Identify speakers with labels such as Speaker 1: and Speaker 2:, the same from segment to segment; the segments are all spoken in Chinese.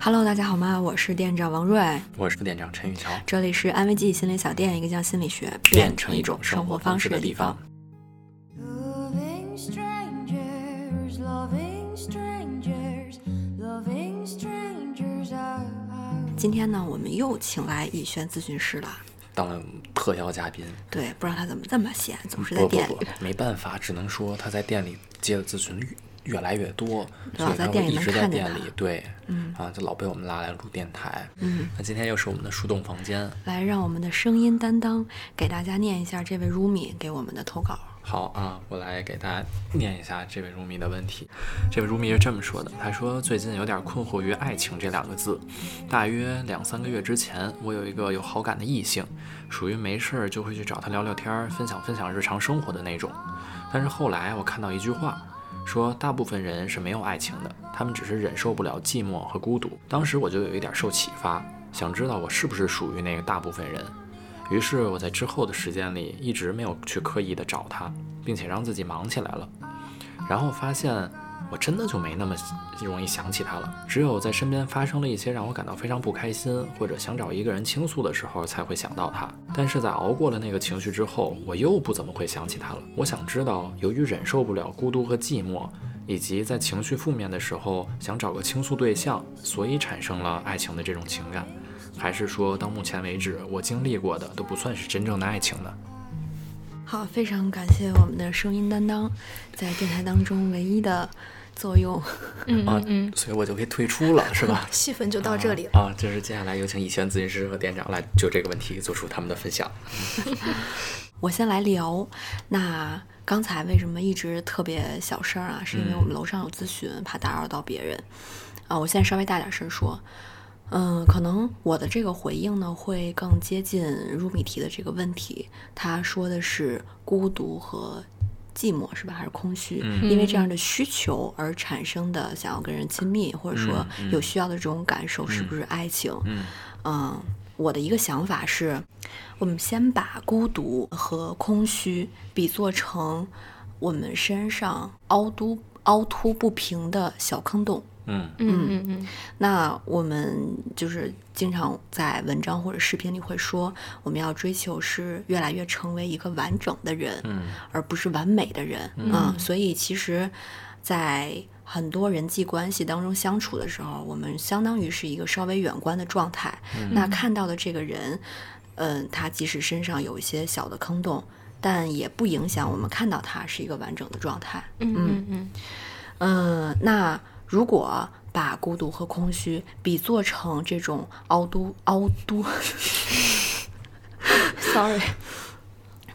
Speaker 1: Hello，大家好吗？我是店长王瑞，
Speaker 2: 我是副店长陈玉桥，
Speaker 1: 这里是安慰剂心理小店，一个将心理学
Speaker 2: 变
Speaker 1: 变成
Speaker 2: 成
Speaker 1: 一
Speaker 2: 一
Speaker 1: 种
Speaker 2: 种
Speaker 1: 生
Speaker 2: 生
Speaker 1: 活
Speaker 2: 活
Speaker 1: 方
Speaker 2: 方
Speaker 1: 式
Speaker 2: 式
Speaker 1: 的
Speaker 2: 的
Speaker 1: 地
Speaker 2: 地
Speaker 1: 方
Speaker 2: 方。
Speaker 3: Loving strangers, loving strangers, loving strangers. I, I,
Speaker 1: 今天呢，我们又请来以轩咨询师了。
Speaker 2: 当了特邀嘉宾。
Speaker 1: 对，不知道他怎么这么闲，总是在
Speaker 2: 嗯不不
Speaker 1: 店
Speaker 2: 不
Speaker 1: 里，，
Speaker 2: 没办法，只能说他在店里接的咨询越越来越多，
Speaker 1: 对啊
Speaker 2: 所以
Speaker 1: 在
Speaker 2: 他会
Speaker 1: 店里
Speaker 2: 一
Speaker 1: 能
Speaker 2: 直在
Speaker 1: 看见
Speaker 2: 店
Speaker 1: 他
Speaker 2: 里。对，嗯啊，就老被我们拉来录电台。嗯，那今天又是我们的树洞房间。
Speaker 1: 来让我们的声音担当给大家念一下这位 Rumi 给我们的投稿。
Speaker 2: 好啊，我来给大家念一下这位如迷的问题。这位如迷是这么说的：他说最近有点困惑于“爱情”这两个字。大约两三个月之前，我有一个有好感的异性，属于没事儿就会去找他聊聊天儿，分享分享日常生活的那种。但是后来我看到一句话，说大部分人是没有爱情的，他们只是忍受不了寂寞和孤独。当时我就有一点受启发，想知道我是不是属于那个大部分人。于是我在之后的时间里一直没有去刻意的找他，并且让自己忙起来了。然后发现我真的就没那么容易想起他了，只有在身边发生了一些让我感到非常不开心或者想找一个人倾诉的时候才会想到他。但是在熬过了那个情绪之后，我又不怎么会想起他了。我想知道，由于忍受不了孤独和寂寞，以及在情绪负面的时候想找个倾诉对象，所以产生了爱情的这种情感。还是说到目前为止我经历过的都不算是真正的爱情呢？
Speaker 1: 好，非常感谢我们的声音担当，在电台当中唯一的作用。
Speaker 4: 嗯
Speaker 2: 啊
Speaker 4: 嗯嗯，？
Speaker 2: 所以我就可以退出了，是吧
Speaker 4: 戏份 就到这里了。
Speaker 2: 啊，就是接下来有请以轩咨询师和店长来就这个问题做出他们的分享。
Speaker 1: 我先来聊，那刚才为什么一直特别小声啊？是因为我
Speaker 2: 嗯
Speaker 1: 们楼上有咨询，怕打扰到别人啊。我现在稍微大点声说，嗯，可能我的这个回应呢会更接近 Rumi 提的这个问题。他说的是孤独和寂寞是吧？还是空虚？
Speaker 2: 嗯
Speaker 1: 因为这样的需求而产生的想要跟人亲密，或者说有需要的这种感受，是不是爱情？
Speaker 2: 嗯
Speaker 1: 嗯，我的一个想法是，我们先把孤独和空虚比作成我们身上凹凸凹凸不平的小坑洞。
Speaker 2: 嗯
Speaker 4: 嗯嗯嗯，
Speaker 1: 那我们就是经常在文章或者视频里会说，我们要追求是越来越成为一个完整的人，
Speaker 2: 嗯
Speaker 1: 而不是完美的人。嗯，所以其实，在很多人际关系当中相处的时候，我们相当于是一个稍微远观的状态。那看到的这个人，嗯，他即使身上有一些小的坑洞，但也不影响我们看到他是一个完整的状态。
Speaker 4: 嗯嗯嗯，
Speaker 1: 嗯，那如果把孤独和空虚比作成这种凹凸凹凸，sorry，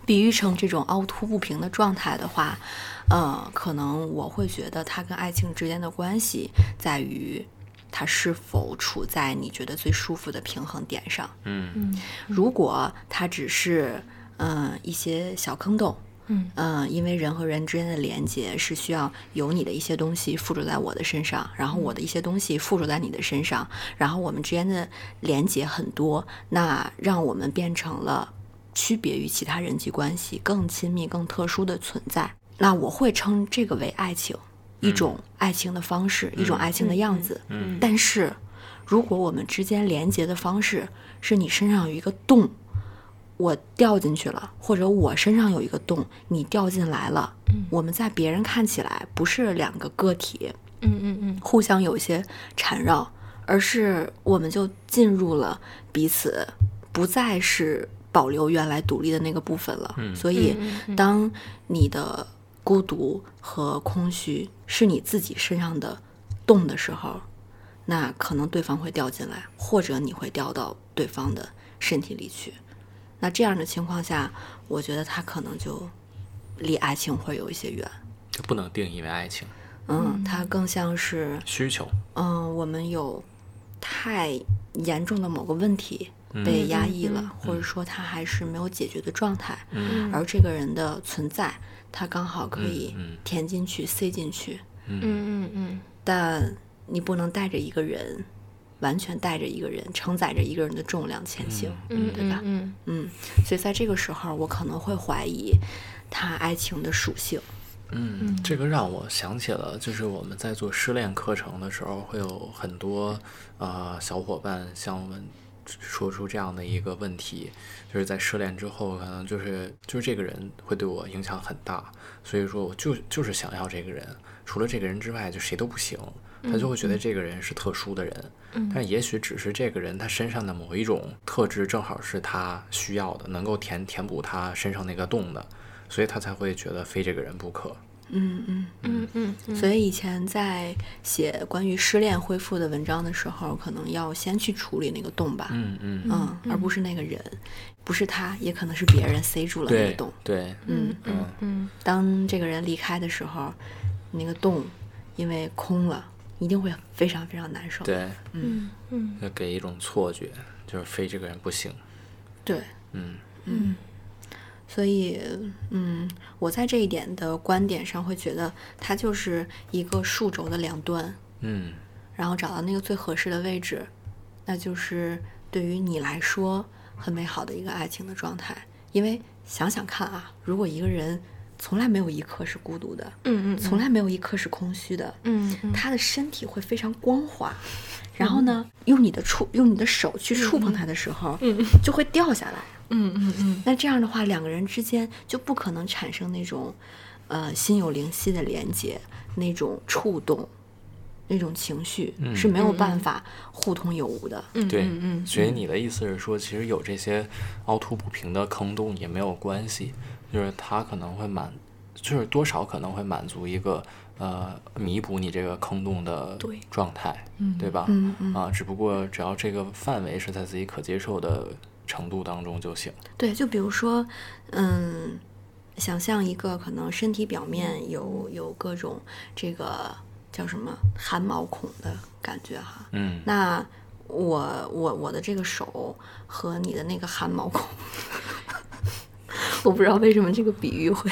Speaker 1: 比喻成这种凹凸不平的状态的话，呃，可能我会觉得它跟爱情之间的关系在于。它是否处在你觉得最舒服的平衡点上？
Speaker 2: 嗯
Speaker 1: 如果它只是嗯、呃一些小坑洞，
Speaker 4: 嗯
Speaker 1: 嗯，因为人和人之间的连接是需要有你的一些东西附着在我的身上，然后我的一些东西附着在你的身上，然后我们之间的连接很多，那让我们变成了区别于其他人际关系更亲密、更特殊的存在。那我会称这个为爱情，一种爱情的方式，一种爱情的样子。
Speaker 2: 嗯
Speaker 1: 但是，如果我们之间连接的方式是你身上有一个洞，我掉进去了，或者我身上有一个洞，你掉进来了，
Speaker 2: 嗯
Speaker 1: 我们在别人看起来不是两个个体
Speaker 3: Mm,
Speaker 4: 嗯嗯嗯，
Speaker 1: 互相有一些缠绕，而是我们就进入了彼此，不再是保留原来独立的那个部分了。所以，当你的孤独和空虚是你自己身上的洞的时候，那可能对方会掉进来，或者你会掉到对方的身体里去。那这样的情况下，我觉得他可能就离爱情会有一些远。
Speaker 2: 这不能定义为爱情，
Speaker 1: 嗯，它更像是
Speaker 2: 需求。
Speaker 1: 嗯，我们有太严重的某个问题
Speaker 2: 嗯
Speaker 1: 被压抑了，或者说他还是没有解决的状态，
Speaker 3: mm,
Speaker 2: 嗯
Speaker 1: 而这个人的存在，他刚好可以
Speaker 2: 嗯嗯
Speaker 1: 填进去、塞进去，
Speaker 3: Mm,
Speaker 4: 嗯嗯嗯
Speaker 1: 但你不能带着一个人，完全带着一个人，承载着一个人的重量前行，
Speaker 4: 嗯，
Speaker 3: mm,
Speaker 1: 对吧？
Speaker 4: 嗯
Speaker 1: 嗯，所以在这个时候，我可能会怀疑他爱情的属性。
Speaker 2: 嗯，这个让我想起了，就是我们在做失恋课程的时候，会有很多呃小伙伴向我们说出这样的一个问题，就是在失恋之后，可能就是就是这个人会对我影响很大，所以说我就就是想要这个人，除了这个人之外就谁都不行，他就会觉得这个人是特殊的人，但也许只是这个人他身上的某一种特质正好是他需要的，能够填填补他身上那个洞的，所以他才会觉得非这个人不可。
Speaker 1: 嗯嗯。
Speaker 3: mm,
Speaker 4: 嗯嗯嗯
Speaker 1: 所以以前在写关于失恋恢复的文章的时候，可能要先去处理那个洞吧，
Speaker 2: 嗯嗯，
Speaker 1: 嗯，而不是那个人，不是他，也可能是别人塞住了那
Speaker 2: 对
Speaker 1: 个洞。
Speaker 2: 对，
Speaker 1: 嗯，
Speaker 2: 嗯
Speaker 4: 嗯
Speaker 1: 当这个人离开的时候，那个洞因为空了，一定会非常非常难受。
Speaker 2: 对，
Speaker 4: 嗯嗯
Speaker 2: 要给一种错觉，就是非这个人不行。
Speaker 1: 对
Speaker 2: 嗯
Speaker 4: 嗯
Speaker 1: 所以，嗯，我在这一点的观点上会觉得，它就是一个数轴的两端，
Speaker 2: 嗯
Speaker 1: 然后找到那个最合适的位置，那就是对于你来说很美好的一个爱情的状态。因为想想看啊，如果一个人从来没有一刻是孤独的，
Speaker 4: 嗯嗯，
Speaker 1: 从来没有一刻是空虚的，
Speaker 3: mm,
Speaker 4: 嗯嗯
Speaker 1: 他的身体会非常光滑，然后呢，用你的触用你的手去触碰它的时候，就会掉下来。
Speaker 4: 嗯嗯
Speaker 1: 那这样的话，两个人之间就不可能产生那种，呃，心有灵犀的连接，那种触动，那种情绪、是没有办法互通有无的。
Speaker 4: 嗯，
Speaker 2: 对，
Speaker 4: 嗯嗯
Speaker 2: 所以你的意思是说，其实有这些凹凸不平的坑洞也没有关系，就是它可能会满，就是多少可能会满足一个呃弥补你这个坑洞的
Speaker 4: 对
Speaker 2: 状态，对吧？
Speaker 1: 嗯嗯
Speaker 2: 啊，只不过只要这个范围是在自己可接受的程度当中就行。
Speaker 1: 对，就比如说，嗯，想象一个可能身体表面有有各种这个叫什么汗毛孔的感觉哈，
Speaker 2: 嗯，
Speaker 1: 那我我我的这个手和你的那个汗毛孔， 我不知道为什么这个比喻会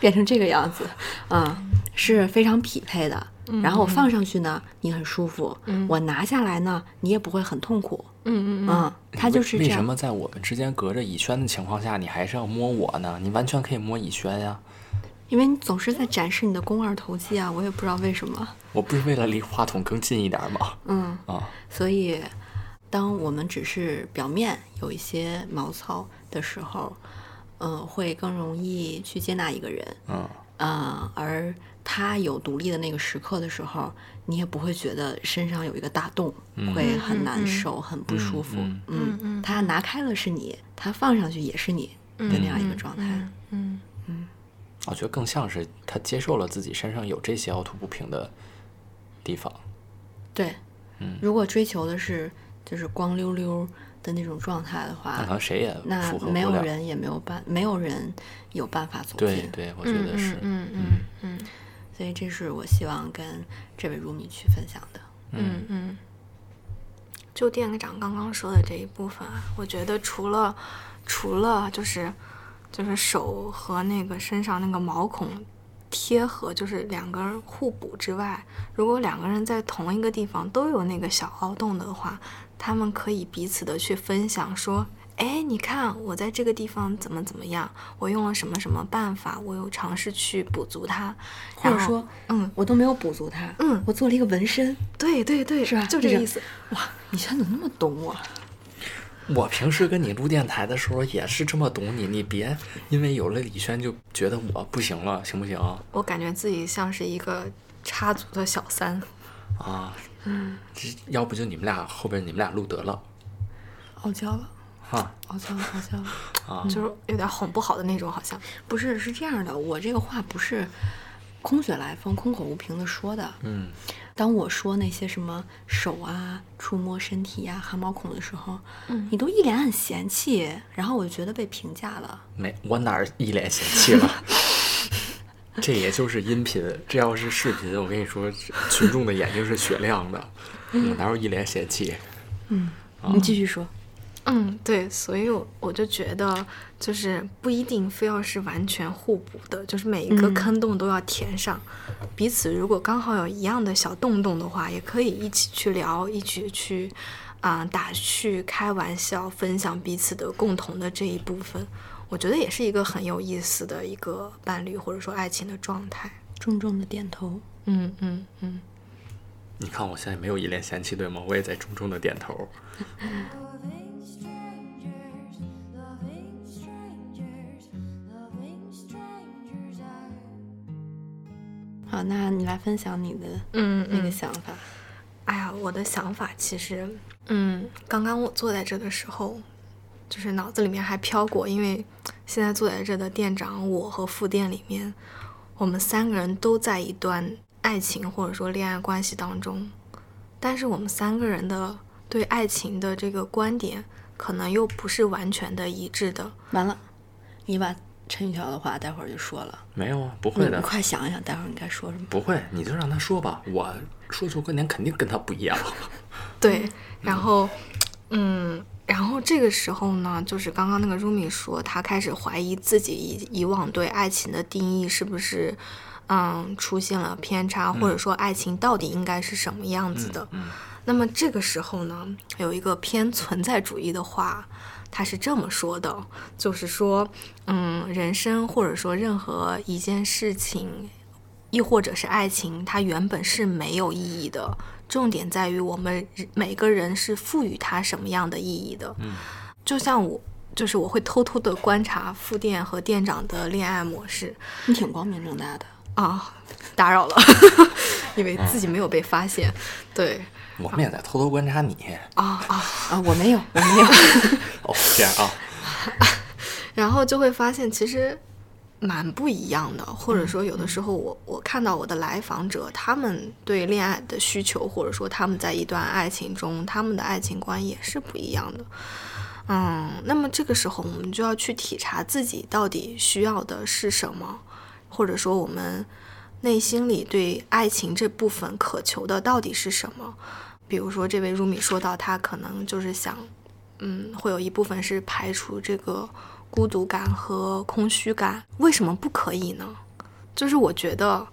Speaker 1: 变成这个样子，啊、是非常匹配的。
Speaker 4: 嗯
Speaker 1: 然后我放上去呢，你很舒服；我拿下来呢，你也不会很痛苦。
Speaker 4: 嗯嗯
Speaker 1: 嗯，它就
Speaker 2: 为
Speaker 1: 是这
Speaker 2: 为什
Speaker 1: 样。
Speaker 2: 么在我们之间隔着乙醛的情况下，你还是要摸我呢？你完全可以摸乙醛呀。
Speaker 1: 因为你总是在展示你的肱二头肌啊，我也不知道为什么。
Speaker 2: 我不是为了离话筒更近一点吗？
Speaker 1: 嗯，
Speaker 2: 啊，
Speaker 1: 所以，当我们只是表面有一些毛糙的时候，嗯、会更容易去接纳一个人。
Speaker 2: 嗯
Speaker 1: 呃，而他有独立的那个时刻的时候，你也不会觉得身上有一个大洞，会很难受、很不舒服。
Speaker 2: 嗯
Speaker 1: 嗯
Speaker 4: 嗯
Speaker 1: 他拿开了是你，他放上去也是你的那样一个状态。
Speaker 4: 嗯
Speaker 2: 我觉得更像是他接受了自己身上有这些凹凸不平的地方。
Speaker 1: 对，
Speaker 2: 嗯
Speaker 1: 如果追求的是就是光溜溜的那种状态的
Speaker 2: 那可能
Speaker 1: 话，
Speaker 2: 谁也
Speaker 1: 啊那
Speaker 2: 符合不
Speaker 1: 没有
Speaker 2: 了。
Speaker 1: 人也没有办，没有人有办法走
Speaker 2: 对
Speaker 1: 进。
Speaker 2: 对，我觉得是。
Speaker 4: 嗯嗯嗯
Speaker 1: 所以这是我希望跟这位如米去分享的。
Speaker 4: 嗯嗯，就店长刚刚说的这一部分，啊我觉得除了除了就是就是手和那个身上那个毛孔贴合，就是两个人互补之外，如果两个人在同一个地方都有那个小凹洞的话，他们可以彼此的去分享说。哎，你看我在这个地方怎么怎么样？我用了什么什么办法？我有尝试去补足它，
Speaker 1: 或者
Speaker 4: 然后
Speaker 1: 说，
Speaker 4: 嗯，
Speaker 1: 我都没有补足他，
Speaker 4: 嗯
Speaker 1: 我做了一个纹身，
Speaker 4: 对对对，
Speaker 1: 是吧？
Speaker 4: 就这
Speaker 1: 种
Speaker 4: 意思。。
Speaker 1: 哇，你现在怎么那么懂我？
Speaker 2: 我平时跟你录电台的时候也是这么懂你，你别因为有了李轩就觉得我不行了，行不行啊？
Speaker 4: 我感觉自己像是一个插足的小三。
Speaker 2: 啊，
Speaker 1: 嗯
Speaker 2: 这要不就你们俩后边你们俩录得了
Speaker 1: 傲娇了，
Speaker 2: 哈
Speaker 1: 傲娇了，傲娇了。
Speaker 2: 啊，
Speaker 4: 就是有点哄不好的那种，好像。
Speaker 1: 不是，是这样的，我这个话不是空穴来风、空口无凭的说的。
Speaker 2: 嗯
Speaker 1: 当我说那些什么手啊、触摸身体呀、汗毛孔的时候，你都一脸很嫌弃，然后我就觉得被评价了。
Speaker 2: 没，我哪儿一脸嫌弃了？ 这也就是音频，这要是视频，我跟你说，群众的眼睛是雪亮的，我哪有一脸嫌弃？哦
Speaker 1: 你继续说，
Speaker 4: 嗯，对，所以我我就觉得，就是不一定非要是完全互补的，就是每一个坑洞都要填上。彼此如果刚好有一样的小洞洞的话，也可以一起去聊，一起去，啊、打趣、开玩笑，分享彼此的共同的这一部分。我觉得也是一个很有意思的一个伴侣或者说爱情的状态。
Speaker 1: 重重的点头。
Speaker 4: 嗯嗯嗯，
Speaker 2: 你看我现在没有一脸嫌弃，对吗？我也在重重的点头。
Speaker 3: Loving strangers, loving strangers, loving strangers are.
Speaker 1: 好，那你来分享你的
Speaker 4: 嗯
Speaker 1: 那个想法。
Speaker 4: 哎呀，我的想法其实，嗯，刚刚我坐在这的时候，就是脑子里面还飘过，因为现在坐在这的店长，我和副店里面，我们三个人都在一段爱情或者说恋爱关系当中，但是我们三个人的对爱情的这个观点，可能又不是完全的一致的。
Speaker 1: 完了，你把陈雨桥的话待会儿就说了。
Speaker 2: 没有啊，不会
Speaker 1: 你
Speaker 2: 的，
Speaker 4: 嗯
Speaker 1: 快想想，待会儿你该说什么？
Speaker 2: 不会，你就让他说吧。我说出观点肯定跟他不一 样。
Speaker 4: 对，然后，嗯，然后这个时候呢，就是刚刚那个 Rumi 说，他开始怀疑自己以以往对爱情的定义是不是，嗯，出现了偏差，或者说爱情到底应该是什么样子的。
Speaker 2: 嗯
Speaker 4: 那么这个时候呢，有一个偏存在主义的话，他是这么说的，就是说，嗯，人生或者说任何一件事情，亦或者是爱情，它原本是没有意义的。重点在于我们每个人是赋予它什么样的意义的。
Speaker 2: 嗯
Speaker 4: 就像我，就是我会偷偷的观察副店和店长的恋爱模式
Speaker 1: 你挺光明正大的。
Speaker 4: 啊，打扰了， 以为自己没有被发现。对，
Speaker 2: 我们也在偷偷观察你。
Speaker 4: 啊啊，
Speaker 1: 啊，我 没有，我没有。
Speaker 2: 哦，这 样啊，
Speaker 4: 然后就会发现其实蛮不一样的，或者说有的时候我我看到我的来访者，他们对恋爱的需求，或者说他们在一段爱情中，他们的爱情观也是不一样的。嗯，那么这个时候我们就要去体察自己到底需要的是什么，或者说我们内心里对爱情这部分渴求的到底是什么。比如说，这位 Rumi 说到，他可能就是想嗯，会有一部分是排除这个孤独感和空虚感。为什么不可以呢？就是我觉得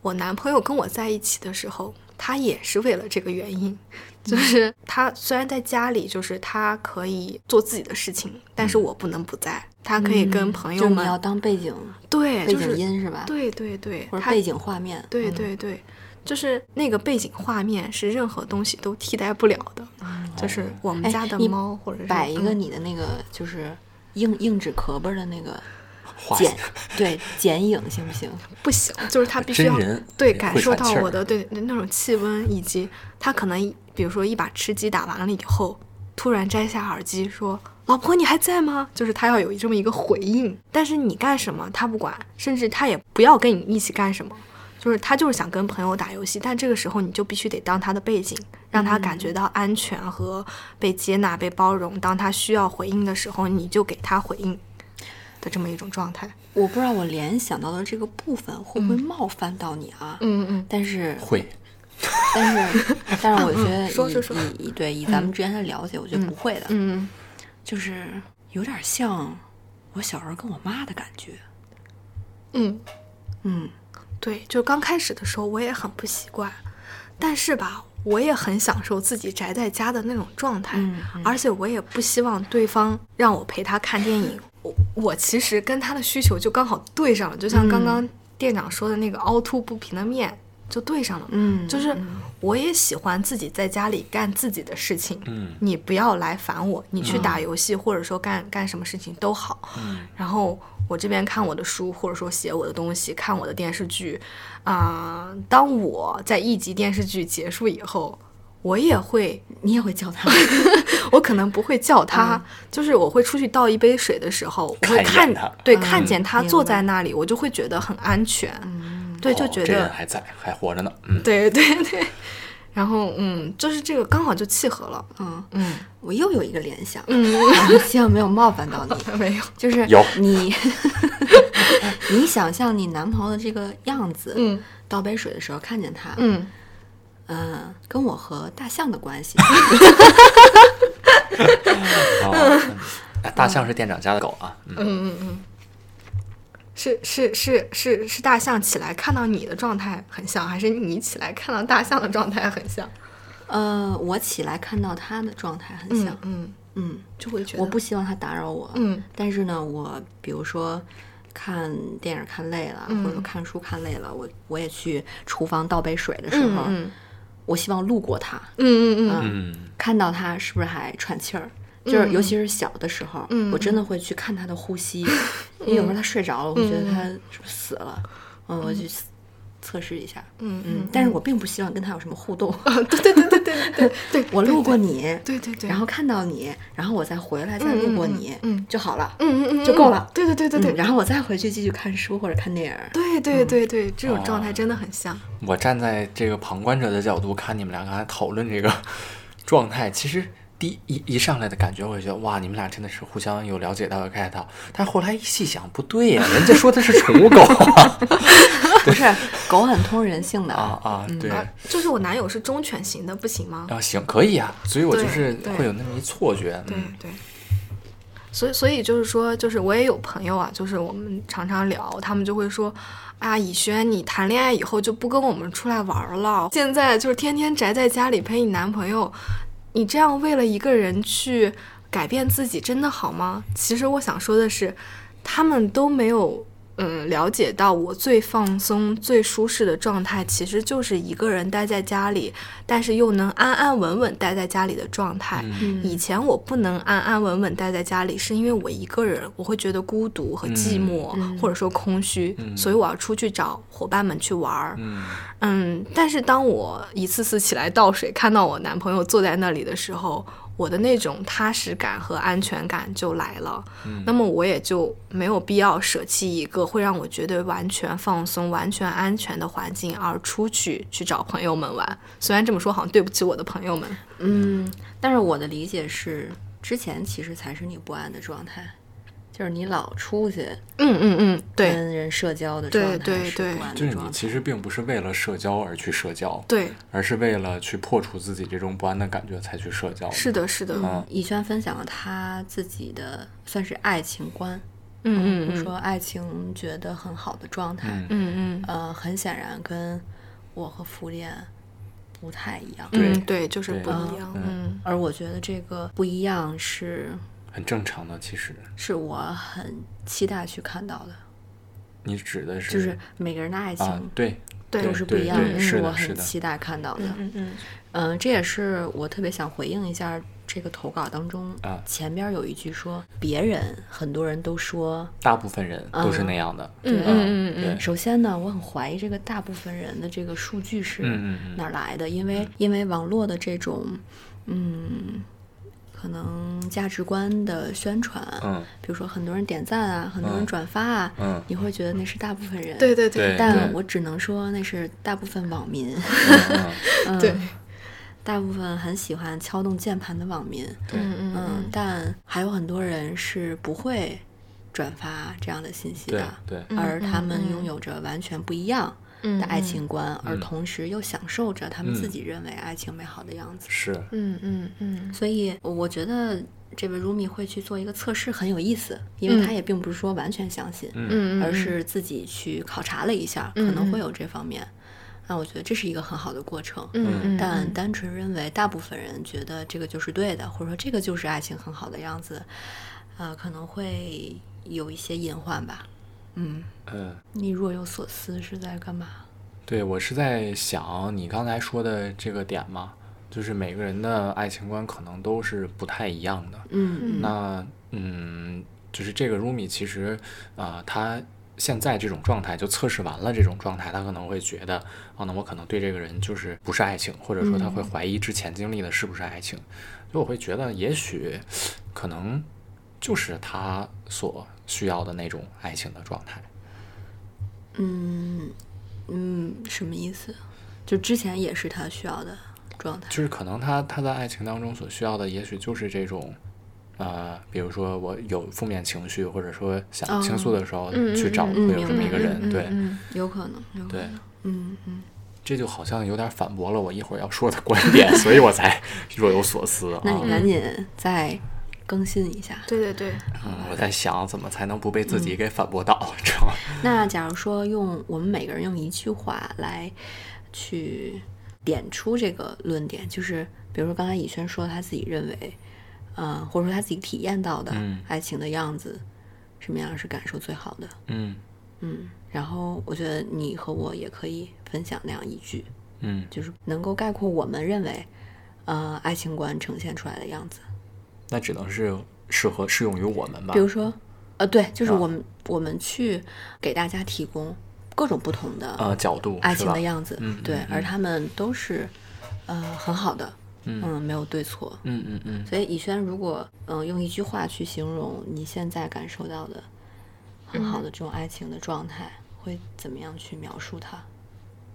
Speaker 4: 我男朋友跟我在一起的时候，他也是为了这个原因，
Speaker 1: 嗯
Speaker 4: 就是他虽然在家里，就是他可以做自己的事情，但是我不能不在，他可以跟朋友
Speaker 1: 嗯就是
Speaker 4: 们、
Speaker 1: 你要当背景
Speaker 4: 对，
Speaker 1: 背
Speaker 4: 哎就
Speaker 1: 景
Speaker 4: 是
Speaker 1: 音是吧？
Speaker 4: 对对对，
Speaker 1: 或者
Speaker 4: 他
Speaker 1: 背景画面。
Speaker 4: 对
Speaker 1: 嗯
Speaker 4: 对对，就是那个背景画面是任何东西都替代不了的，就是我们
Speaker 1: 哦哎
Speaker 4: 家的
Speaker 1: 你
Speaker 4: 猫或者是
Speaker 1: 摆一个
Speaker 4: 嗯
Speaker 1: 你的那个就是硬硬纸壳巴儿的那个
Speaker 2: 话
Speaker 1: 剪， 对剪影行不行？
Speaker 4: 不行，就是他必须
Speaker 2: 真
Speaker 4: 要
Speaker 2: 人
Speaker 4: 对
Speaker 2: 会
Speaker 4: 感受
Speaker 2: 喘
Speaker 4: 到
Speaker 2: 气儿
Speaker 4: 我的对那种气温，以及他可能比如说一把吃鸡打完了以后，突然摘下耳机说：“老婆，你还在吗？”就是他要有这么一个回应，但是你干什么他不管，甚至他也不要跟你一起干什么。就是他就是想跟朋友打游戏，但这个时候你就必须得当他的背景，让他感觉到安全和被接纳、被包容。当他需要回应的时候，你就给他回应的这么一种状态。
Speaker 1: 我不知道我联想到的这个部分会不会冒犯到你啊？
Speaker 4: 嗯嗯，
Speaker 1: 但是
Speaker 2: 会
Speaker 1: 但是但是我觉得以
Speaker 4: 说说说
Speaker 1: 以以对以咱们之间的了解，我觉得不会的，
Speaker 4: 嗯，
Speaker 1: 就是有点像我小时候跟我妈的感觉。
Speaker 4: 嗯，
Speaker 1: 嗯，
Speaker 4: 对，就刚开始的时候我也很不习惯，但是吧，我也很享受自己宅在家的那种状态，
Speaker 1: 嗯
Speaker 4: 而且我也不希望对方让我陪他看电影。我我其实跟他的需求就刚好对上了，就像
Speaker 1: 嗯
Speaker 4: 刚刚店长说的那个凹凸不平的面就对上了。
Speaker 1: 嗯
Speaker 4: 就是我也喜欢自己在家里干自己的事情，
Speaker 2: 嗯
Speaker 4: 你不要来烦我，你去打游戏或者说干干什么事情都好，
Speaker 2: 嗯
Speaker 4: 然后我这边看我的书，或者说写我的东西，看我的电视剧，啊、当我在一集电视剧结束以后，我也会，
Speaker 1: 你也会教他
Speaker 4: 我可能不会叫他，就是我会出去倒一杯水的时候，我会
Speaker 2: 嗯看
Speaker 4: 看
Speaker 2: 一眼他
Speaker 4: 对、
Speaker 1: 嗯
Speaker 4: 看见他坐
Speaker 1: 明白
Speaker 4: 在那里，我就会觉得很安全，对，就
Speaker 2: 哦
Speaker 4: 觉
Speaker 2: 这
Speaker 4: 得、
Speaker 2: 人还在，还活着呢。 嗯，
Speaker 4: 对对对，然后嗯，就是这个刚好就契合了，
Speaker 1: 嗯，
Speaker 4: 嗯
Speaker 1: 我又有一个联想， 啊
Speaker 4: 嗯，
Speaker 1: 希望没有冒犯到你。
Speaker 4: 没有，
Speaker 1: 就是
Speaker 2: 有
Speaker 1: 你， 你想象你男朋友的这个样子，
Speaker 4: 嗯
Speaker 1: 倒杯水的时候看见他，嗯、
Speaker 4: 嗯，
Speaker 1: 跟我和大象的关 系，
Speaker 2: 哦哎大象是店长家的狗啊。嗯，
Speaker 4: 是是是是是大象起来看到你的状态很像，还是你起来看到大象的状态很像？
Speaker 1: 呃，我起来看到他的状态很像，
Speaker 4: 嗯，
Speaker 1: 嗯，
Speaker 4: 就会觉得
Speaker 1: 我不希望他打扰我，
Speaker 4: 嗯
Speaker 1: 但是呢，我比如说看电影看累了，
Speaker 4: 嗯
Speaker 1: 或者看书看累了，我我也去厨房倒杯水的时候，
Speaker 4: 嗯
Speaker 1: 我希望路过它，
Speaker 4: 嗯嗯
Speaker 2: 嗯，
Speaker 1: 看到它是不是还喘气儿。就是，尤其是小的时候，
Speaker 4: 嗯
Speaker 1: 我真的会去看它的呼吸， 因为有时候它睡着了，我会觉
Speaker 4: 嗯
Speaker 1: 得它是不是死了，嗯，我去测试一下，
Speaker 4: 嗯哦
Speaker 1: 嗯，但是我并不希望跟它有什么互动，
Speaker 4: 对对对对对对对对，
Speaker 1: 我路过你，
Speaker 4: 对对对，
Speaker 1: 然后看到你，然后我再回来再路过你，
Speaker 4: 嗯嗯嗯
Speaker 1: 就好了，
Speaker 4: 嗯嗯嗯
Speaker 1: 就够了
Speaker 4: 对对对对对
Speaker 1: 嗯，然后我再回去继续看书或者看 电影。
Speaker 4: 对对对对，这种状态
Speaker 2: 哦
Speaker 4: 真的很像。
Speaker 2: 我站在这个旁观者的角度看你们俩刚才讨论这个 状态，其实第一一一上来的感觉，我就觉得哇，你们俩真的是互相有了解到有 get 到，但是后来一细想，不对呀、人家说的是宠物狗啊
Speaker 1: 不是，狗很通人性的。
Speaker 2: 啊啊，对。
Speaker 4: 啊就是我男友是忠犬型的，不行吗？
Speaker 2: 啊，行，可以啊，所以我就
Speaker 4: 对
Speaker 2: 是
Speaker 4: 对
Speaker 2: 会有那么一错觉，
Speaker 4: 对
Speaker 2: 嗯，
Speaker 4: 对。所以，所以就是说，就是我也有朋友啊，就是我们常常聊，他们就会说，啊，以轩，你谈恋爱以后就不跟我们出来玩儿了，现在就是天天宅在家里陪你男朋友，你这样为了一个人去改变自己，真的好吗？其实我想说的是，他们都没有。嗯，了解到我最放松、最舒适的状态，其实就是一个人待在家里，但是又能安安稳稳待在家里的状态。以前我不能安安稳稳待在家里，是因为我一个人，我会觉得孤独和寂寞，或者说空虚，所以我要出去找伙伴们去玩儿。
Speaker 2: 嗯
Speaker 4: 嗯，但是当我一次次起来倒水，看到我男朋友坐在那里的时候，我的那种踏实感和安全感就来了。
Speaker 2: 嗯
Speaker 4: 那么我也就没有必要舍弃一个会让我觉得完全放松、完全安全的环境，而出去去找朋友们玩。虽然这么说好像对不起我的朋友们，
Speaker 1: 嗯，但是我的理解是，之前其实才是你不安的状态，就是你老出去
Speaker 4: 嗯嗯嗯，对。
Speaker 1: 跟人社交的
Speaker 4: 对
Speaker 1: 状态
Speaker 4: 对
Speaker 1: 是
Speaker 4: 对
Speaker 1: 不安
Speaker 2: 就是
Speaker 1: 的
Speaker 2: 你
Speaker 1: 状态。
Speaker 2: 其实并不是为了社交而去社交，
Speaker 4: 对，
Speaker 2: 而是为了去破除自己这种不安的感觉才去社交。
Speaker 4: 是，的，是的，嗯
Speaker 2: 嗯
Speaker 1: 以轩分享了他自己的算是爱情观，
Speaker 4: 嗯
Speaker 1: 就
Speaker 4: 嗯
Speaker 1: 说爱情觉得很好的状态，
Speaker 2: 嗯
Speaker 4: 嗯嗯
Speaker 1: 呃，很显然跟我和福恋不太一样。
Speaker 2: 对
Speaker 4: 嗯，对，就是
Speaker 2: 对
Speaker 4: 不一样，嗯
Speaker 1: 而我觉得这个不一样是
Speaker 2: 很正常的。其实
Speaker 1: 是我很期待去看到的，
Speaker 2: 你指的是
Speaker 1: 就是每个人的爱
Speaker 2: 啊
Speaker 1: 情，
Speaker 2: 对，
Speaker 4: 对
Speaker 1: 都是不一样
Speaker 2: 对对是
Speaker 1: 是
Speaker 2: 的
Speaker 1: 我
Speaker 2: 是
Speaker 1: 很
Speaker 2: 的
Speaker 1: 期待看到的。
Speaker 4: 嗯嗯
Speaker 1: 嗯，这也是我特别想回应一下这个投稿当中
Speaker 2: 啊
Speaker 1: 前边有一句说别人，很多人都说。
Speaker 2: 大部分人都是
Speaker 1: 嗯
Speaker 2: 那样的。
Speaker 4: 嗯嗯嗯
Speaker 2: 对，
Speaker 1: 首先呢，我很怀疑这个大部分人的这个数据是
Speaker 2: 嗯嗯嗯
Speaker 1: 哪儿来的，因为因为网络的这种，嗯，可能价值观的宣传，
Speaker 2: 嗯
Speaker 1: 比如说很多人点赞啊，很多人
Speaker 2: 嗯
Speaker 1: 转发啊，
Speaker 2: 嗯
Speaker 1: 你会觉得那是大部分人，
Speaker 4: 对对
Speaker 2: 对
Speaker 1: 但我只能说那是大部分网民，
Speaker 2: 嗯
Speaker 1: 嗯
Speaker 4: 对，
Speaker 1: 大部分很喜欢敲动键盘的网民，
Speaker 2: 对
Speaker 4: 嗯
Speaker 1: 嗯，但还有很多人是不会转发这样的信息
Speaker 2: 对
Speaker 1: 的，
Speaker 2: 对
Speaker 4: 嗯
Speaker 1: 而他
Speaker 4: 嗯
Speaker 1: 们
Speaker 4: 嗯
Speaker 1: 拥有着完全不一样
Speaker 4: 嗯
Speaker 1: 的爱，情观，而
Speaker 2: 嗯
Speaker 1: 同时又享受着他们
Speaker 2: 嗯
Speaker 1: 自己认为爱情美好的样子。
Speaker 2: 是，
Speaker 4: 嗯嗯嗯
Speaker 1: 所以我觉得这位 Rumi 会去做一个测试很有意思，因为
Speaker 4: 嗯
Speaker 1: 他也并不是说完全相信，
Speaker 4: 嗯，
Speaker 1: 而是自己去考察了一下，
Speaker 4: 嗯
Speaker 1: 可能会
Speaker 4: 嗯
Speaker 1: 有这方面。那我觉得这是一个很好的过程。
Speaker 4: 嗯嗯，
Speaker 1: 但单纯认为大部分人觉得这个就是对的，或者说这个就是爱情很好的样子，啊、可能会有一些隐患吧。嗯，
Speaker 2: 嗯。
Speaker 1: 你若有所思是在干嘛？
Speaker 2: 对，我是在想你刚才说的这个点嘛，就是每个人的爱情观可能都是不太一样的。
Speaker 3: Mm,
Speaker 1: 嗯
Speaker 2: 那嗯，就是这个 Rumi 其实啊、呃他现在这种状态就测试完了这种状态，他可能会觉得，哦，那我可能对这个人就是不是爱情，或者说他会
Speaker 4: 嗯
Speaker 2: 怀疑之前经历的是不是爱情。就我会觉得，也许可能就是他所需要的那种爱情的状态。
Speaker 1: 嗯嗯，什么意思？就之前也是他需要的状态。
Speaker 2: 就是可能他他在爱情当中所需要的，也许就是这种，呃，比如说我有负面情绪，或者说想倾诉的时候，
Speaker 4: 嗯
Speaker 2: 去找
Speaker 4: 嗯
Speaker 2: 会
Speaker 1: 嗯
Speaker 2: 有这么一个人，对、
Speaker 1: 有可能，有可
Speaker 2: 对
Speaker 1: 能。，嗯嗯，
Speaker 2: 这就好像有点反驳了我一会儿要说的观 点，所以我才若有所思啊。
Speaker 1: 那你赶紧再更新一下。
Speaker 4: 对对对，
Speaker 2: 嗯，我在想怎么才能不被自己给反驳到，知道吗？
Speaker 1: 那假如说用我们每个人用一句话来去点出这个论点，就是比如说刚才以呃轩说他自己认为，嗯、或者说他自己体验到的
Speaker 2: 嗯
Speaker 1: 爱情的样子什么样是感受最好的。
Speaker 2: 嗯
Speaker 1: 嗯，然后我觉得你和我也可以分享那样一句，
Speaker 2: 嗯，
Speaker 1: 就是能够概括我们认为，呃，爱情观呈现出来的样子。
Speaker 2: 那只能是适合适用于我们吧
Speaker 1: 比。如说，呃，对，就是
Speaker 2: 啊
Speaker 1: 我们、我们去给大家提供各种不同的
Speaker 2: 呃，角度
Speaker 1: 爱
Speaker 2: 是
Speaker 1: 情
Speaker 2: 吧
Speaker 1: 的样子，
Speaker 2: 嗯
Speaker 1: 对，
Speaker 2: 嗯
Speaker 1: 而
Speaker 2: 嗯
Speaker 1: 他们都是，呃，很好的，
Speaker 2: 嗯
Speaker 1: 没有对错。
Speaker 2: 嗯嗯嗯，
Speaker 1: 所以以轩，如果嗯、呃用一句话去形容你现在感受到的很好
Speaker 2: 嗯
Speaker 1: 的这种爱情的状态，会怎么样去描述它？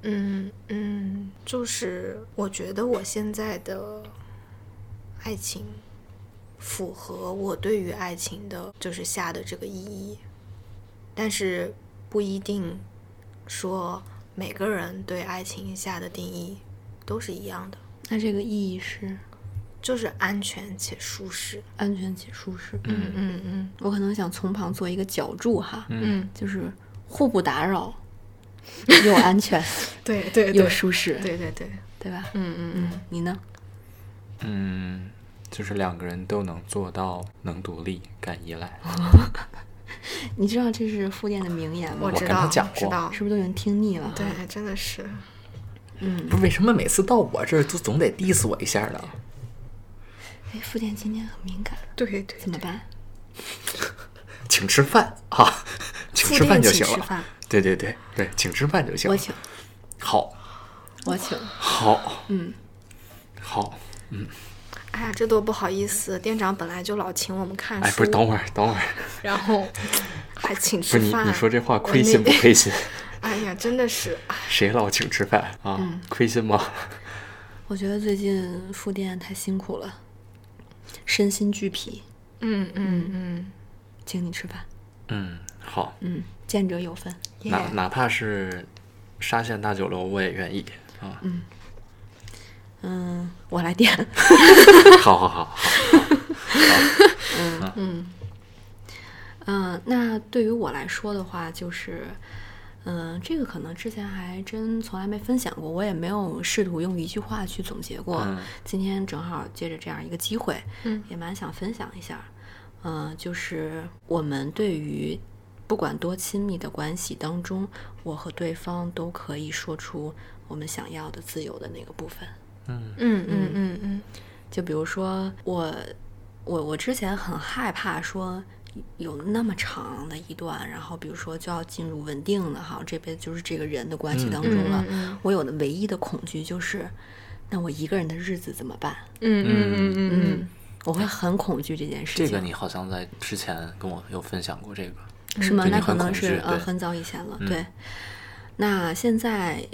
Speaker 4: 嗯嗯，就是我觉得我现在的爱情符合我对于爱情的，就是下的这个意义，但是不一定说每个人对爱情下的定义都是一样的，
Speaker 1: 那这个意义是
Speaker 4: 就是安全且舒适。
Speaker 1: 安全且舒适。
Speaker 2: 嗯
Speaker 4: 嗯嗯
Speaker 1: 我可能想从旁做一个脚注哈，
Speaker 4: 嗯，
Speaker 1: 就是互不打扰，又安 全
Speaker 4: 对对
Speaker 1: 又
Speaker 4: 对，
Speaker 1: 舒适，
Speaker 4: 对对对，
Speaker 1: 对吧？
Speaker 4: 嗯嗯嗯，
Speaker 1: 你呢？
Speaker 2: 嗯，就是两个人都能做到能独立、敢依赖。
Speaker 1: 你知道这是复店的名言吗
Speaker 4: 我？知
Speaker 2: 跟他
Speaker 4: 道
Speaker 2: 讲
Speaker 4: 知
Speaker 2: 过
Speaker 4: 道
Speaker 1: 是，不是都已经听腻了？，
Speaker 4: 对，真的是。
Speaker 1: 嗯
Speaker 2: 不是为什么每次到我这儿都总得 diss 我一下呢？
Speaker 1: 哎，复店今天很敏感，
Speaker 4: 对对对，
Speaker 1: 怎么办？
Speaker 2: 请吃饭啊，请
Speaker 4: 复
Speaker 2: 吃饭
Speaker 4: 电
Speaker 2: 就
Speaker 4: 请
Speaker 2: 行
Speaker 4: 吃
Speaker 2: 了。
Speaker 4: 饭，
Speaker 2: 对对对对，请吃饭就行
Speaker 1: 我
Speaker 2: 了。
Speaker 1: 请，
Speaker 2: 好，
Speaker 1: 我请。
Speaker 2: 好，
Speaker 1: 嗯，
Speaker 2: 好。
Speaker 4: 哎呀，这多不好意思！店长本来就老请我们看书，
Speaker 2: 哎，不是，等会儿，等会儿，
Speaker 4: 然后还请
Speaker 2: 不是
Speaker 4: 吃
Speaker 2: 你
Speaker 4: 饭。
Speaker 2: 你说这话
Speaker 4: 我
Speaker 2: 亏
Speaker 4: 那
Speaker 2: 心不亏心？
Speaker 4: 哎呀，真的是，哎
Speaker 2: 谁老请吃饭啊？
Speaker 4: 嗯
Speaker 2: 亏心吗？
Speaker 1: 我觉得最近复店太辛苦了，身心俱疲，
Speaker 4: 嗯嗯嗯，
Speaker 1: 请你吃饭。
Speaker 2: 嗯，好，
Speaker 1: 嗯，见者有份。
Speaker 2: 哪
Speaker 4: 耶
Speaker 2: 哪怕是沙县大酒楼，我也愿意啊。
Speaker 1: 嗯，我来点。
Speaker 2: 好好好好，
Speaker 1: 嗯，那对于我来说的话，就是，嗯、这个可能之前还真从来没分享过，我也没有试图用一句话去总结过。
Speaker 2: 嗯
Speaker 1: 今天正好借着这样一个机会，
Speaker 4: 嗯
Speaker 1: 也蛮想分享一下。嗯、就是我们对于不管多亲密的关系当中，我和对方都可以说出我们想要的自由的那个部分。
Speaker 4: 嗯嗯嗯嗯，
Speaker 1: 就比如说我，我我之前很害怕说有那么长的一段，然后比如说就要进入稳定的哈，这辈子就是这个人的关系当中了。
Speaker 4: 嗯嗯
Speaker 1: 我有的唯一的恐惧就是，那我一个人的日子怎么办？
Speaker 4: 嗯嗯嗯嗯
Speaker 1: 我会很恐惧这件事情。
Speaker 2: 这个你好像在之前跟我有分享过这个。
Speaker 1: 是吗？
Speaker 2: 对
Speaker 1: 那
Speaker 2: 你
Speaker 1: 可
Speaker 2: 很
Speaker 1: 能
Speaker 2: 恐
Speaker 1: 是
Speaker 2: 惧
Speaker 1: 呃
Speaker 2: 对嗯
Speaker 1: 很早以前了。对，那现在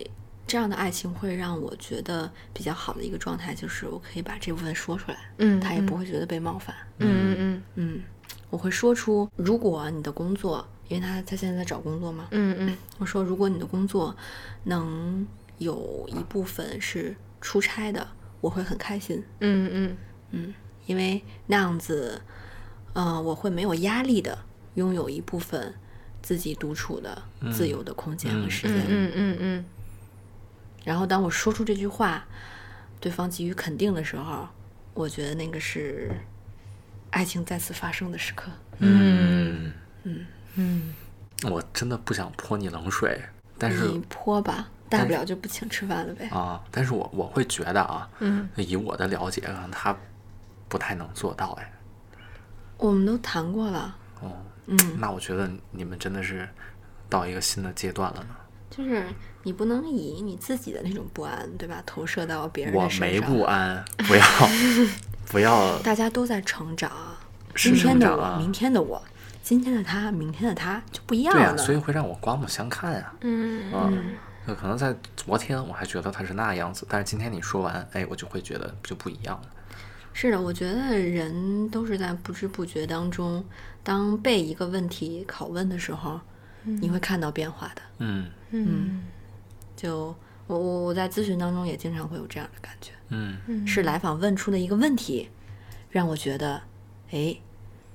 Speaker 1: 这样的爱情会让我觉得比较好的一个状态，就是我可以把这部分说出来，
Speaker 4: 嗯
Speaker 1: 他也不会觉得被冒犯。
Speaker 4: 嗯嗯
Speaker 1: 嗯，我会说出，如果你的工作，因为他他现在在找工作嘛，
Speaker 4: 嗯嗯
Speaker 1: 我说如果你的工作能有一部分是出差的，我会很开心，
Speaker 4: 嗯嗯
Speaker 1: 因为那样子，呃，我会没有压力的拥有一部分自己独处的、
Speaker 2: 嗯
Speaker 1: 自由的空间和时间。
Speaker 4: 嗯嗯嗯，
Speaker 1: 然后当我说出这句话，对方给予肯定的时候，我觉得那个是爱情再次发生的时刻。
Speaker 2: 嗯嗯，我真的不想泼你冷水，但是
Speaker 1: 你泼吧，大不了就不请吃饭了呗。
Speaker 2: 啊，但是我我会觉得啊，
Speaker 4: 嗯
Speaker 2: 以我的了解，啊，他不太能做到哎。
Speaker 1: 我们都谈过了，
Speaker 2: 哦，
Speaker 4: 嗯
Speaker 2: 那我觉得你们真的是到一个新的阶段了呢。
Speaker 1: 就是你不能以你自己的那种不安，对吧，投射到别人
Speaker 2: 我
Speaker 1: 的身
Speaker 2: 没
Speaker 1: 上。
Speaker 2: 不安，不要 不 要
Speaker 1: 大家都在成长啊，
Speaker 2: 是
Speaker 1: 今天
Speaker 2: 成
Speaker 1: 的
Speaker 2: 长
Speaker 1: 我，
Speaker 2: 啊
Speaker 1: 明，天的我，今天的他，明天的他就不一样
Speaker 2: 对呀、
Speaker 1: 了。
Speaker 2: 所以会让我刮目相看呀、
Speaker 3: mm.
Speaker 4: 嗯
Speaker 2: 啊。那可能在昨天我还觉得他是那样子，但是今天你说完，哎，我就会觉得就不一样了。
Speaker 1: 是的，我觉得人都是在不知不觉当中，当被一个问题拷问的时候，你会看到变化的。
Speaker 2: 嗯
Speaker 4: 嗯
Speaker 1: 就我我我在咨询当中也经常会有这样的感觉。
Speaker 2: 嗯
Speaker 1: 是来访问出的一个问题，让我觉得，哎，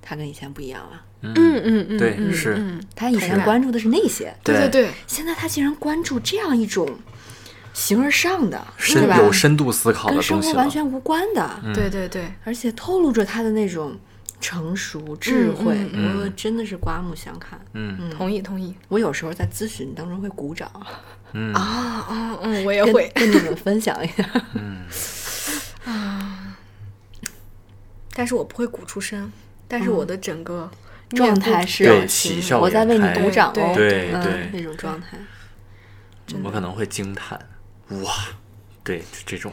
Speaker 1: 他跟以前不一样了。
Speaker 2: 嗯，
Speaker 4: 嗯嗯，
Speaker 2: 对，是，
Speaker 1: 他以前
Speaker 4: 感
Speaker 1: 关注的是那些，
Speaker 4: 对对对，
Speaker 1: 现在他竟然关注这样一种形而上的，
Speaker 2: 深
Speaker 1: 对吧？
Speaker 2: 有深度思考的
Speaker 1: 跟
Speaker 2: 东
Speaker 1: 生
Speaker 2: 西
Speaker 1: 活
Speaker 2: 了嗯
Speaker 1: 完。全无关的，
Speaker 4: 对对对，
Speaker 1: 而且透露着他的那种成熟、智慧，
Speaker 2: 嗯嗯
Speaker 1: 我真的是刮目相看。
Speaker 2: 嗯
Speaker 1: 嗯
Speaker 4: 同意同意
Speaker 1: 我有时候在咨询当中会鼓掌，
Speaker 2: 嗯
Speaker 4: 啊，嗯嗯，我也
Speaker 1: 跟
Speaker 4: 会。
Speaker 1: 跟你们分享一 下。
Speaker 2: 嗯
Speaker 4: 但是我不会鼓出声，但是我的整个
Speaker 1: 状
Speaker 4: 面部
Speaker 1: 态是
Speaker 2: 对喜笑
Speaker 1: 我在为你
Speaker 2: 颜开
Speaker 1: 鼓掌哦，
Speaker 4: 对
Speaker 2: 对
Speaker 1: 嗯
Speaker 2: 对，
Speaker 1: 那种状态。
Speaker 2: 我可能会惊叹，哇，对这这种，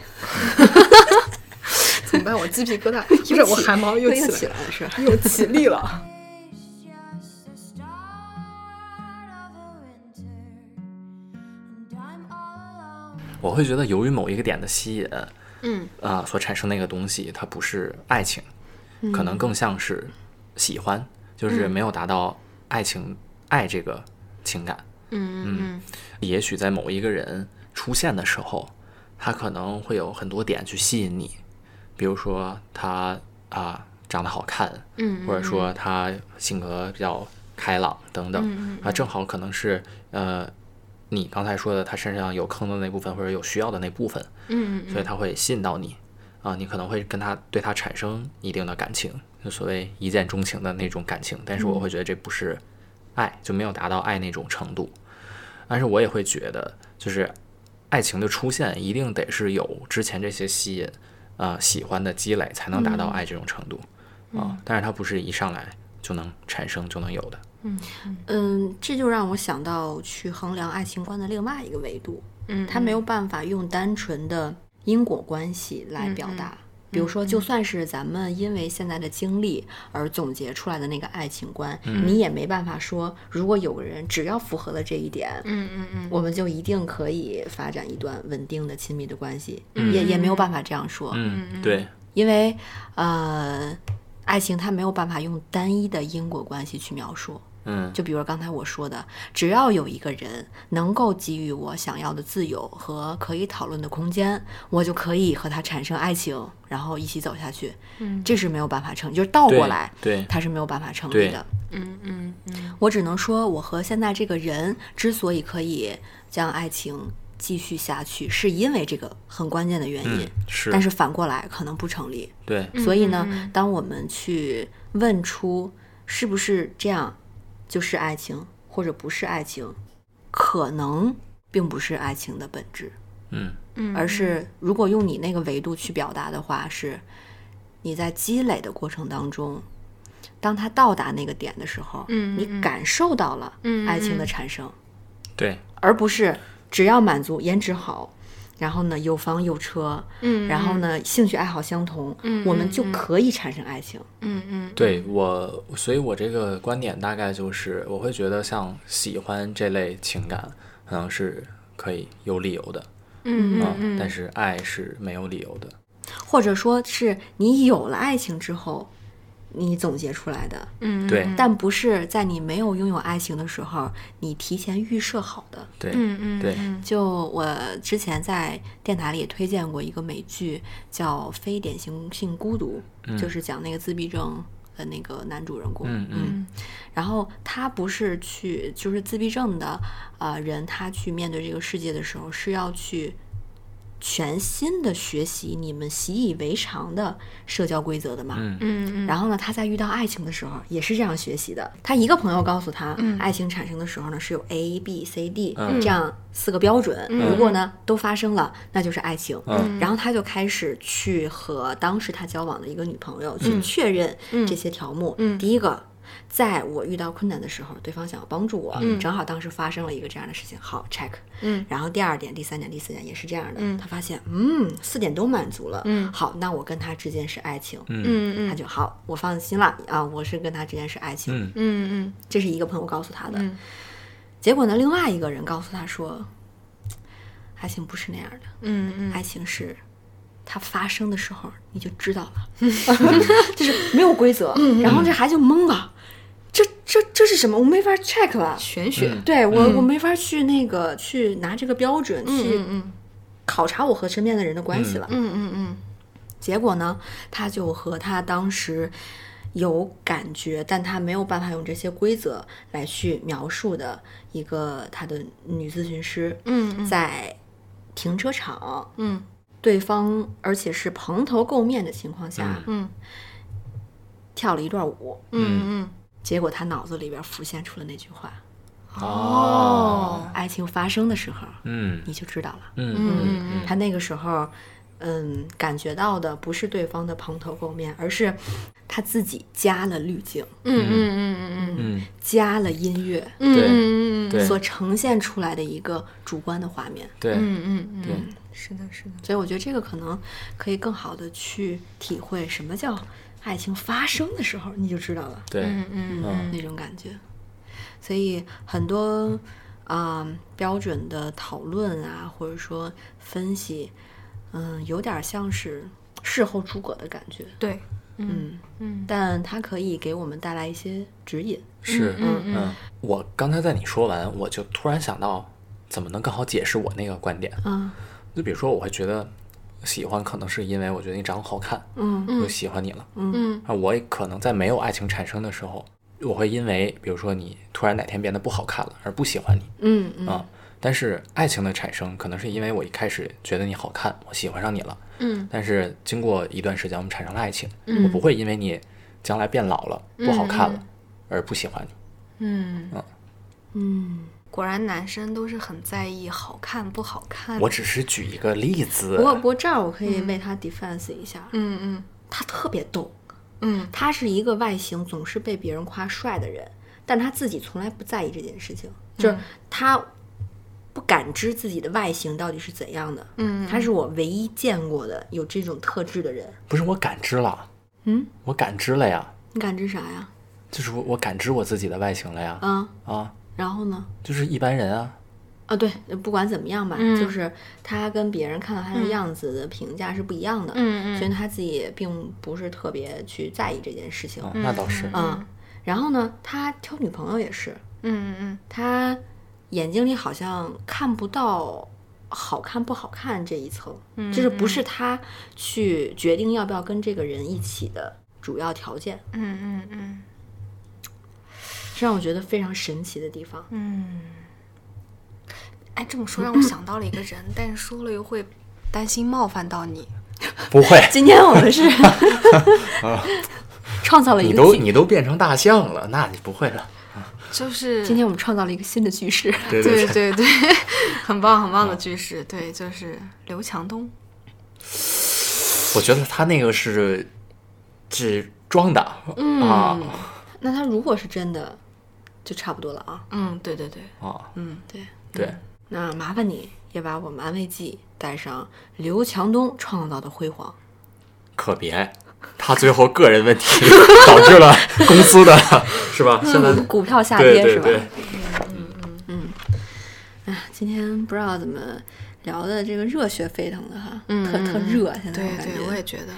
Speaker 4: 怎么办？我鸡皮疙瘩，一会儿我汗毛又
Speaker 1: 又
Speaker 4: 起
Speaker 1: 起
Speaker 4: 来
Speaker 1: 来了是吧？
Speaker 4: 了，又起立了。
Speaker 3: It's just the start of a winter, and I'm all alone.
Speaker 2: 我会觉得由于某一个点的吸引，
Speaker 4: 嗯
Speaker 2: 啊、所产生那个东西，它不是爱情，可
Speaker 4: 嗯
Speaker 2: 能更像是喜欢，就是没有达到爱情爱这个情感。
Speaker 4: 嗯
Speaker 2: 也许在某一个人出现的时候，他可能会有很多点去吸引你，比如说他啊长得好看，
Speaker 4: 嗯
Speaker 2: 或者说他性格比较开朗等
Speaker 4: 嗯
Speaker 2: 等，啊，正好可能是呃你刚才说的他身上有坑的那部分或者有需要的那部分，
Speaker 4: 嗯
Speaker 2: 所以他会吸引到你啊，你可能会跟他对他产生一定的感情，就所谓一见钟情的那种感情，但是我会觉得这不是爱，就没有达到爱那种程度。但是我也会觉得，就是爱情的出现一定得是有之前这些吸引啊、喜欢的积累，才能达到爱这种程度啊。但是它不是一上来就能产生就能有的。
Speaker 1: 嗯，这就让我想到去衡量爱情观的另外一个维度，
Speaker 4: 嗯
Speaker 1: 它没有办法用单纯的因果关系来
Speaker 4: 嗯
Speaker 1: 表达。比如说，就算是咱们因为现在的经历而总结出来的那个爱情观，
Speaker 4: 嗯
Speaker 1: 你也没办法说，如果有个人只要符合了这一点，
Speaker 4: 嗯嗯嗯，
Speaker 1: 我们就一定可以发展一段稳定的亲密的关系，
Speaker 4: 嗯
Speaker 1: 也也没有办法这样说，
Speaker 2: 嗯，对，
Speaker 1: 因为呃，爱情它没有办法用单一的因果关系去描述。
Speaker 2: 嗯
Speaker 1: 就比如刚才我说的，只要有一个人能够给予我想要的自由和可以讨论的空间，我就可以和他产生爱情，然后一起走下去。
Speaker 4: 嗯
Speaker 1: 这是没有办法成，就是倒过来，
Speaker 2: 对，
Speaker 1: 它是没有办法成立
Speaker 2: 对
Speaker 1: 的。
Speaker 4: 嗯嗯嗯
Speaker 1: 我只能说，我和现在这个人之所以可以将爱情继续下去，是因为这个很关键的原因。
Speaker 2: 嗯，是，
Speaker 1: 但是反过来可能不成立。
Speaker 2: 对，
Speaker 1: 所以
Speaker 4: 嗯
Speaker 1: 呢，当我们去问出是不是这样，就是爱情或者不是爱情，可能并不是爱情的本质，
Speaker 2: 嗯
Speaker 4: 嗯，
Speaker 1: 而是如果用你那个维度去表达的话，是你在积累的过程当中，当它到达那个点的时候，
Speaker 4: 嗯嗯
Speaker 1: 你感受到了
Speaker 4: 嗯嗯
Speaker 1: 爱情的
Speaker 4: 嗯
Speaker 1: 产生，
Speaker 2: 对，
Speaker 1: 而不是只要满足颜值好，然后呢有房有车，
Speaker 4: 嗯，
Speaker 1: 然后呢，兴趣爱好相同，
Speaker 4: 嗯
Speaker 1: 我们就可以产生爱情。
Speaker 4: 嗯嗯
Speaker 2: 对我，所以我这个观点大概就是，我会觉得像喜欢这类情感，可能是可以有理由的
Speaker 4: 嗯
Speaker 2: 啊、
Speaker 4: 嗯，
Speaker 2: 但是爱是没有理由的。
Speaker 1: 或者说是你有了爱情之后，你总结出来的，
Speaker 4: 嗯
Speaker 2: 对
Speaker 1: 但不是在你没有拥有爱情的时候，你提前预设好的。
Speaker 2: 对，
Speaker 4: 嗯嗯
Speaker 2: 对，
Speaker 1: 就我之前在电台里也推荐过一个美剧，叫《非典型性孤独》，就是讲那个自闭症的那个男主人公。
Speaker 2: 嗯嗯
Speaker 1: 然后他不是去，就是自闭症的呃人，他去面对这个世界的时候，是要去全新的学习你们习以为常的社交规则的嘛。
Speaker 2: 嗯
Speaker 4: 嗯嗯
Speaker 1: 然后呢，他在遇到爱情的时候也是这样学习的。他一个朋友告诉他，
Speaker 4: 嗯
Speaker 1: 爱情产生的时候呢是有 A、B、C、D、这
Speaker 2: 嗯
Speaker 1: 样四个标准，
Speaker 4: 嗯
Speaker 1: 如果呢都发生了，那就是爱情。
Speaker 2: 嗯
Speaker 1: 然后他就开始去和当时他交往的一个女朋友
Speaker 4: 嗯
Speaker 1: 去确认这些条目。第一个。在我遇到困难的时候，对方想要帮助我，正好当时发生了一个这样的事情，好 check，
Speaker 4: 嗯，
Speaker 1: 然后第二点、第三点、第四点也是这样的，他发现，嗯，四点都满足了，嗯，好，那我跟他之间是爱情，嗯，他
Speaker 4: 嗯
Speaker 1: 就好，我放心了啊，我是跟他之间是爱情，
Speaker 2: 嗯
Speaker 4: 嗯
Speaker 1: 这是一个朋友告诉他的。
Speaker 4: 嗯
Speaker 1: 结果呢，另外一个人告诉他说，爱情不是那样的，
Speaker 4: 嗯嗯
Speaker 1: 爱情是它发生的时候你就知道 了， 就是没有规则。
Speaker 4: 嗯
Speaker 1: 然后这孩子就懵了，这这这是什么？我没法 check 了。
Speaker 4: 玄学，
Speaker 1: 对我，我没法去那个去拿这个标准去
Speaker 4: 嗯
Speaker 1: 考察我和身边的人的关系了。
Speaker 4: 嗯嗯嗯
Speaker 1: 结果呢，他就和他当时有感觉，但他没有办法用这些规则来去描述的一个他的女咨询师，
Speaker 4: 嗯
Speaker 1: 在停车场，
Speaker 4: 嗯
Speaker 1: 对方而且是蓬头垢面的情况下，
Speaker 4: 嗯
Speaker 1: 跳了一段舞，
Speaker 4: 嗯嗯，
Speaker 1: 结果他脑子里边浮现出了那句话：
Speaker 2: 哦，
Speaker 1: 爱情发生的时候，
Speaker 2: 嗯
Speaker 1: 你就知道了。
Speaker 2: 嗯
Speaker 4: 嗯
Speaker 1: 他那个时候，嗯，感觉到的不是对方的蓬头垢面，而是他自己加了滤镜，
Speaker 4: 嗯嗯嗯嗯
Speaker 2: 嗯，
Speaker 1: 加了音乐
Speaker 4: 嗯，嗯嗯
Speaker 2: 对
Speaker 1: 所呈现出来的一个主观的画面。
Speaker 2: 对，
Speaker 4: 嗯嗯
Speaker 2: 对
Speaker 4: 嗯，是的，是的，
Speaker 1: 所以我觉得这个可能可以更好的去体会什么叫爱情发生的时候，你就知道了。
Speaker 2: 对，
Speaker 4: 嗯嗯嗯
Speaker 1: 那种感觉。所以很多啊、标准的讨论啊，或者说分析，嗯，有点像是事后诸葛的感觉，
Speaker 4: 对，
Speaker 1: 嗯，
Speaker 4: 嗯
Speaker 1: 但它可以给我们带来一些指引。
Speaker 2: 是，
Speaker 4: 嗯
Speaker 2: 嗯，我刚才在你说完，我就突然想到，怎么能更好解释我那个观点？
Speaker 1: 嗯
Speaker 2: 就比如说，我会觉得喜欢可能是因为我觉得你长得好看，
Speaker 1: 嗯
Speaker 2: 我就喜欢你了。
Speaker 4: 嗯
Speaker 2: 啊，我也可能在没有爱情产生的时候，我会因为比如说你突然哪天变得不好看了而不喜欢你
Speaker 1: 嗯嗯
Speaker 2: 啊。但是爱情的产生，可能是因为我一开始觉得你好看，我喜欢上你了。
Speaker 4: 嗯
Speaker 2: 但是经过一段时间，我们产生了爱情。
Speaker 4: 嗯
Speaker 2: 我不会因为你将来变老了、不好看
Speaker 4: 嗯
Speaker 2: 了而不喜欢你。
Speaker 4: 嗯，
Speaker 1: 嗯，
Speaker 4: 果然男生都是很在意好看不好看。
Speaker 2: 我只是举一个例子
Speaker 1: 不。过不过这儿我可以为他 defense 一下，
Speaker 4: 嗯
Speaker 1: 他特别逗，
Speaker 4: 嗯嗯
Speaker 1: 他是一个外形总是被别人夸帅的人，但他自己从来不在意这件事情，
Speaker 4: 嗯
Speaker 1: 就是他不感知自己的外形到底是怎样的。
Speaker 4: 嗯，
Speaker 1: 他是我唯一见过的有这种特质的人。
Speaker 2: 不是我感知了，
Speaker 1: 嗯，
Speaker 2: 我感知了呀，
Speaker 1: 你感知啥呀？
Speaker 2: 就是我我感知我自己的外形了呀。
Speaker 1: 啊，
Speaker 4: 嗯
Speaker 2: 啊，
Speaker 1: 然后呢？
Speaker 2: 就是一般人啊。
Speaker 1: 啊，对，不管怎么样吧，
Speaker 4: 嗯
Speaker 1: 就是他跟别人看到他的样子的评价是不一样的，
Speaker 4: 嗯
Speaker 1: 所以
Speaker 4: 嗯
Speaker 1: 他自己并不是特别去在意这件事情。
Speaker 2: 嗯，那倒是。
Speaker 1: 嗯，然后呢，他挑女朋友也是，
Speaker 4: 嗯嗯
Speaker 1: 他眼睛里好像看不到好看不好看这一层，
Speaker 4: 嗯
Speaker 1: 就是不是他去决定要不要跟这个人一起的主要条件，
Speaker 4: 嗯嗯
Speaker 1: 这让我觉得非常神奇的地方。
Speaker 4: 嗯。哎，这么说让我想到了一个人，但是说了又会担心冒犯到你。
Speaker 2: 不会，
Speaker 1: 今天我们是 创造了一
Speaker 2: 你
Speaker 1: 个
Speaker 2: 都
Speaker 1: 巨
Speaker 2: 你都变成大象了，那你不会了。
Speaker 4: 就是
Speaker 1: 今天我们创造了一个新的句式。
Speaker 2: 对
Speaker 4: 对对对，很棒很棒的句式，对，就是刘强东。
Speaker 2: 我觉得他那个是只装的、啊
Speaker 1: 那他如果是真的，就差不多了啊。
Speaker 4: 嗯，对对对，
Speaker 2: 啊，
Speaker 4: 嗯
Speaker 1: 对，
Speaker 2: 对，
Speaker 1: 那麻烦你也把我们安慰剂带上刘强东创造的辉煌。
Speaker 2: 可别，他最后个人问题导致了公司的，是吧？现在
Speaker 1: 股票下
Speaker 2: 对
Speaker 1: 跌
Speaker 2: 对
Speaker 1: 是吧？
Speaker 2: 对，
Speaker 1: 哎，今天不知道怎么聊的这个热血沸腾的哈，
Speaker 4: 嗯
Speaker 1: 特特热，现在
Speaker 4: 对
Speaker 1: 我感
Speaker 4: 对，我
Speaker 1: 觉。
Speaker 4: 也觉得，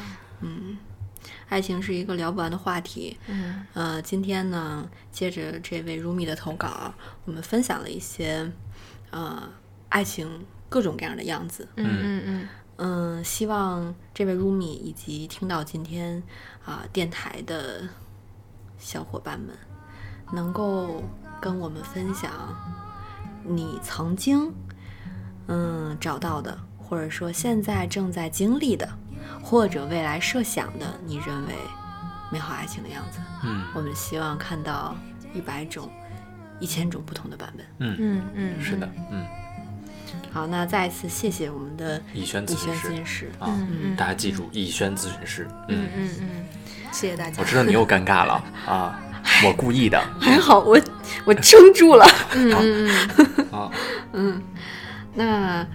Speaker 1: 爱情是一个聊不完的话题。
Speaker 4: 嗯
Speaker 1: 呃，今天呢，借着这位 Rumi 的投稿，我们分享了一些呃爱情各种各样的样子。
Speaker 4: 嗯嗯嗯
Speaker 1: 嗯，希望这位 Rumi 以及听到今天啊、电台的小伙伴们，能够跟我们分享你曾经嗯找到的，或者说现在正在经历的，或者未来设想的，你认为美好爱情的样子。
Speaker 2: 嗯
Speaker 1: 我们希望看到一百种、一千种不同的版本。
Speaker 4: 嗯嗯，
Speaker 2: 是的，嗯，
Speaker 1: 好，那再一次谢谢我们的
Speaker 2: 以轩
Speaker 1: 逸
Speaker 2: 咨询
Speaker 1: 轩咨
Speaker 2: 师
Speaker 1: 询师，
Speaker 2: 啊，大家记住，以轩咨询师，嗯，
Speaker 4: 嗯嗯
Speaker 1: 谢谢大家。
Speaker 2: 我知道你又尴尬了啊，我故意的
Speaker 1: 还好我我撑住了。
Speaker 4: 嗯嗯嗯，
Speaker 2: 啊，
Speaker 1: 那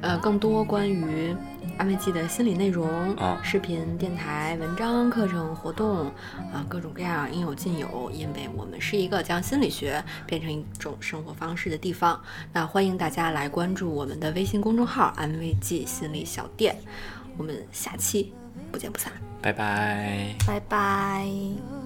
Speaker 1: 呃，更多关于安慰剂的心理内容、
Speaker 2: 啊
Speaker 1: 视频、电台、文章、课程、活动啊，各种各样应有尽有，因为我们是一个将心理学变成一种生活方式的地方。那欢迎大家来关注我们的微信公众号“安慰剂心理小店”，我们下期不见不散。
Speaker 2: 拜拜。
Speaker 4: 拜拜。
Speaker 3: Ooh, Oh,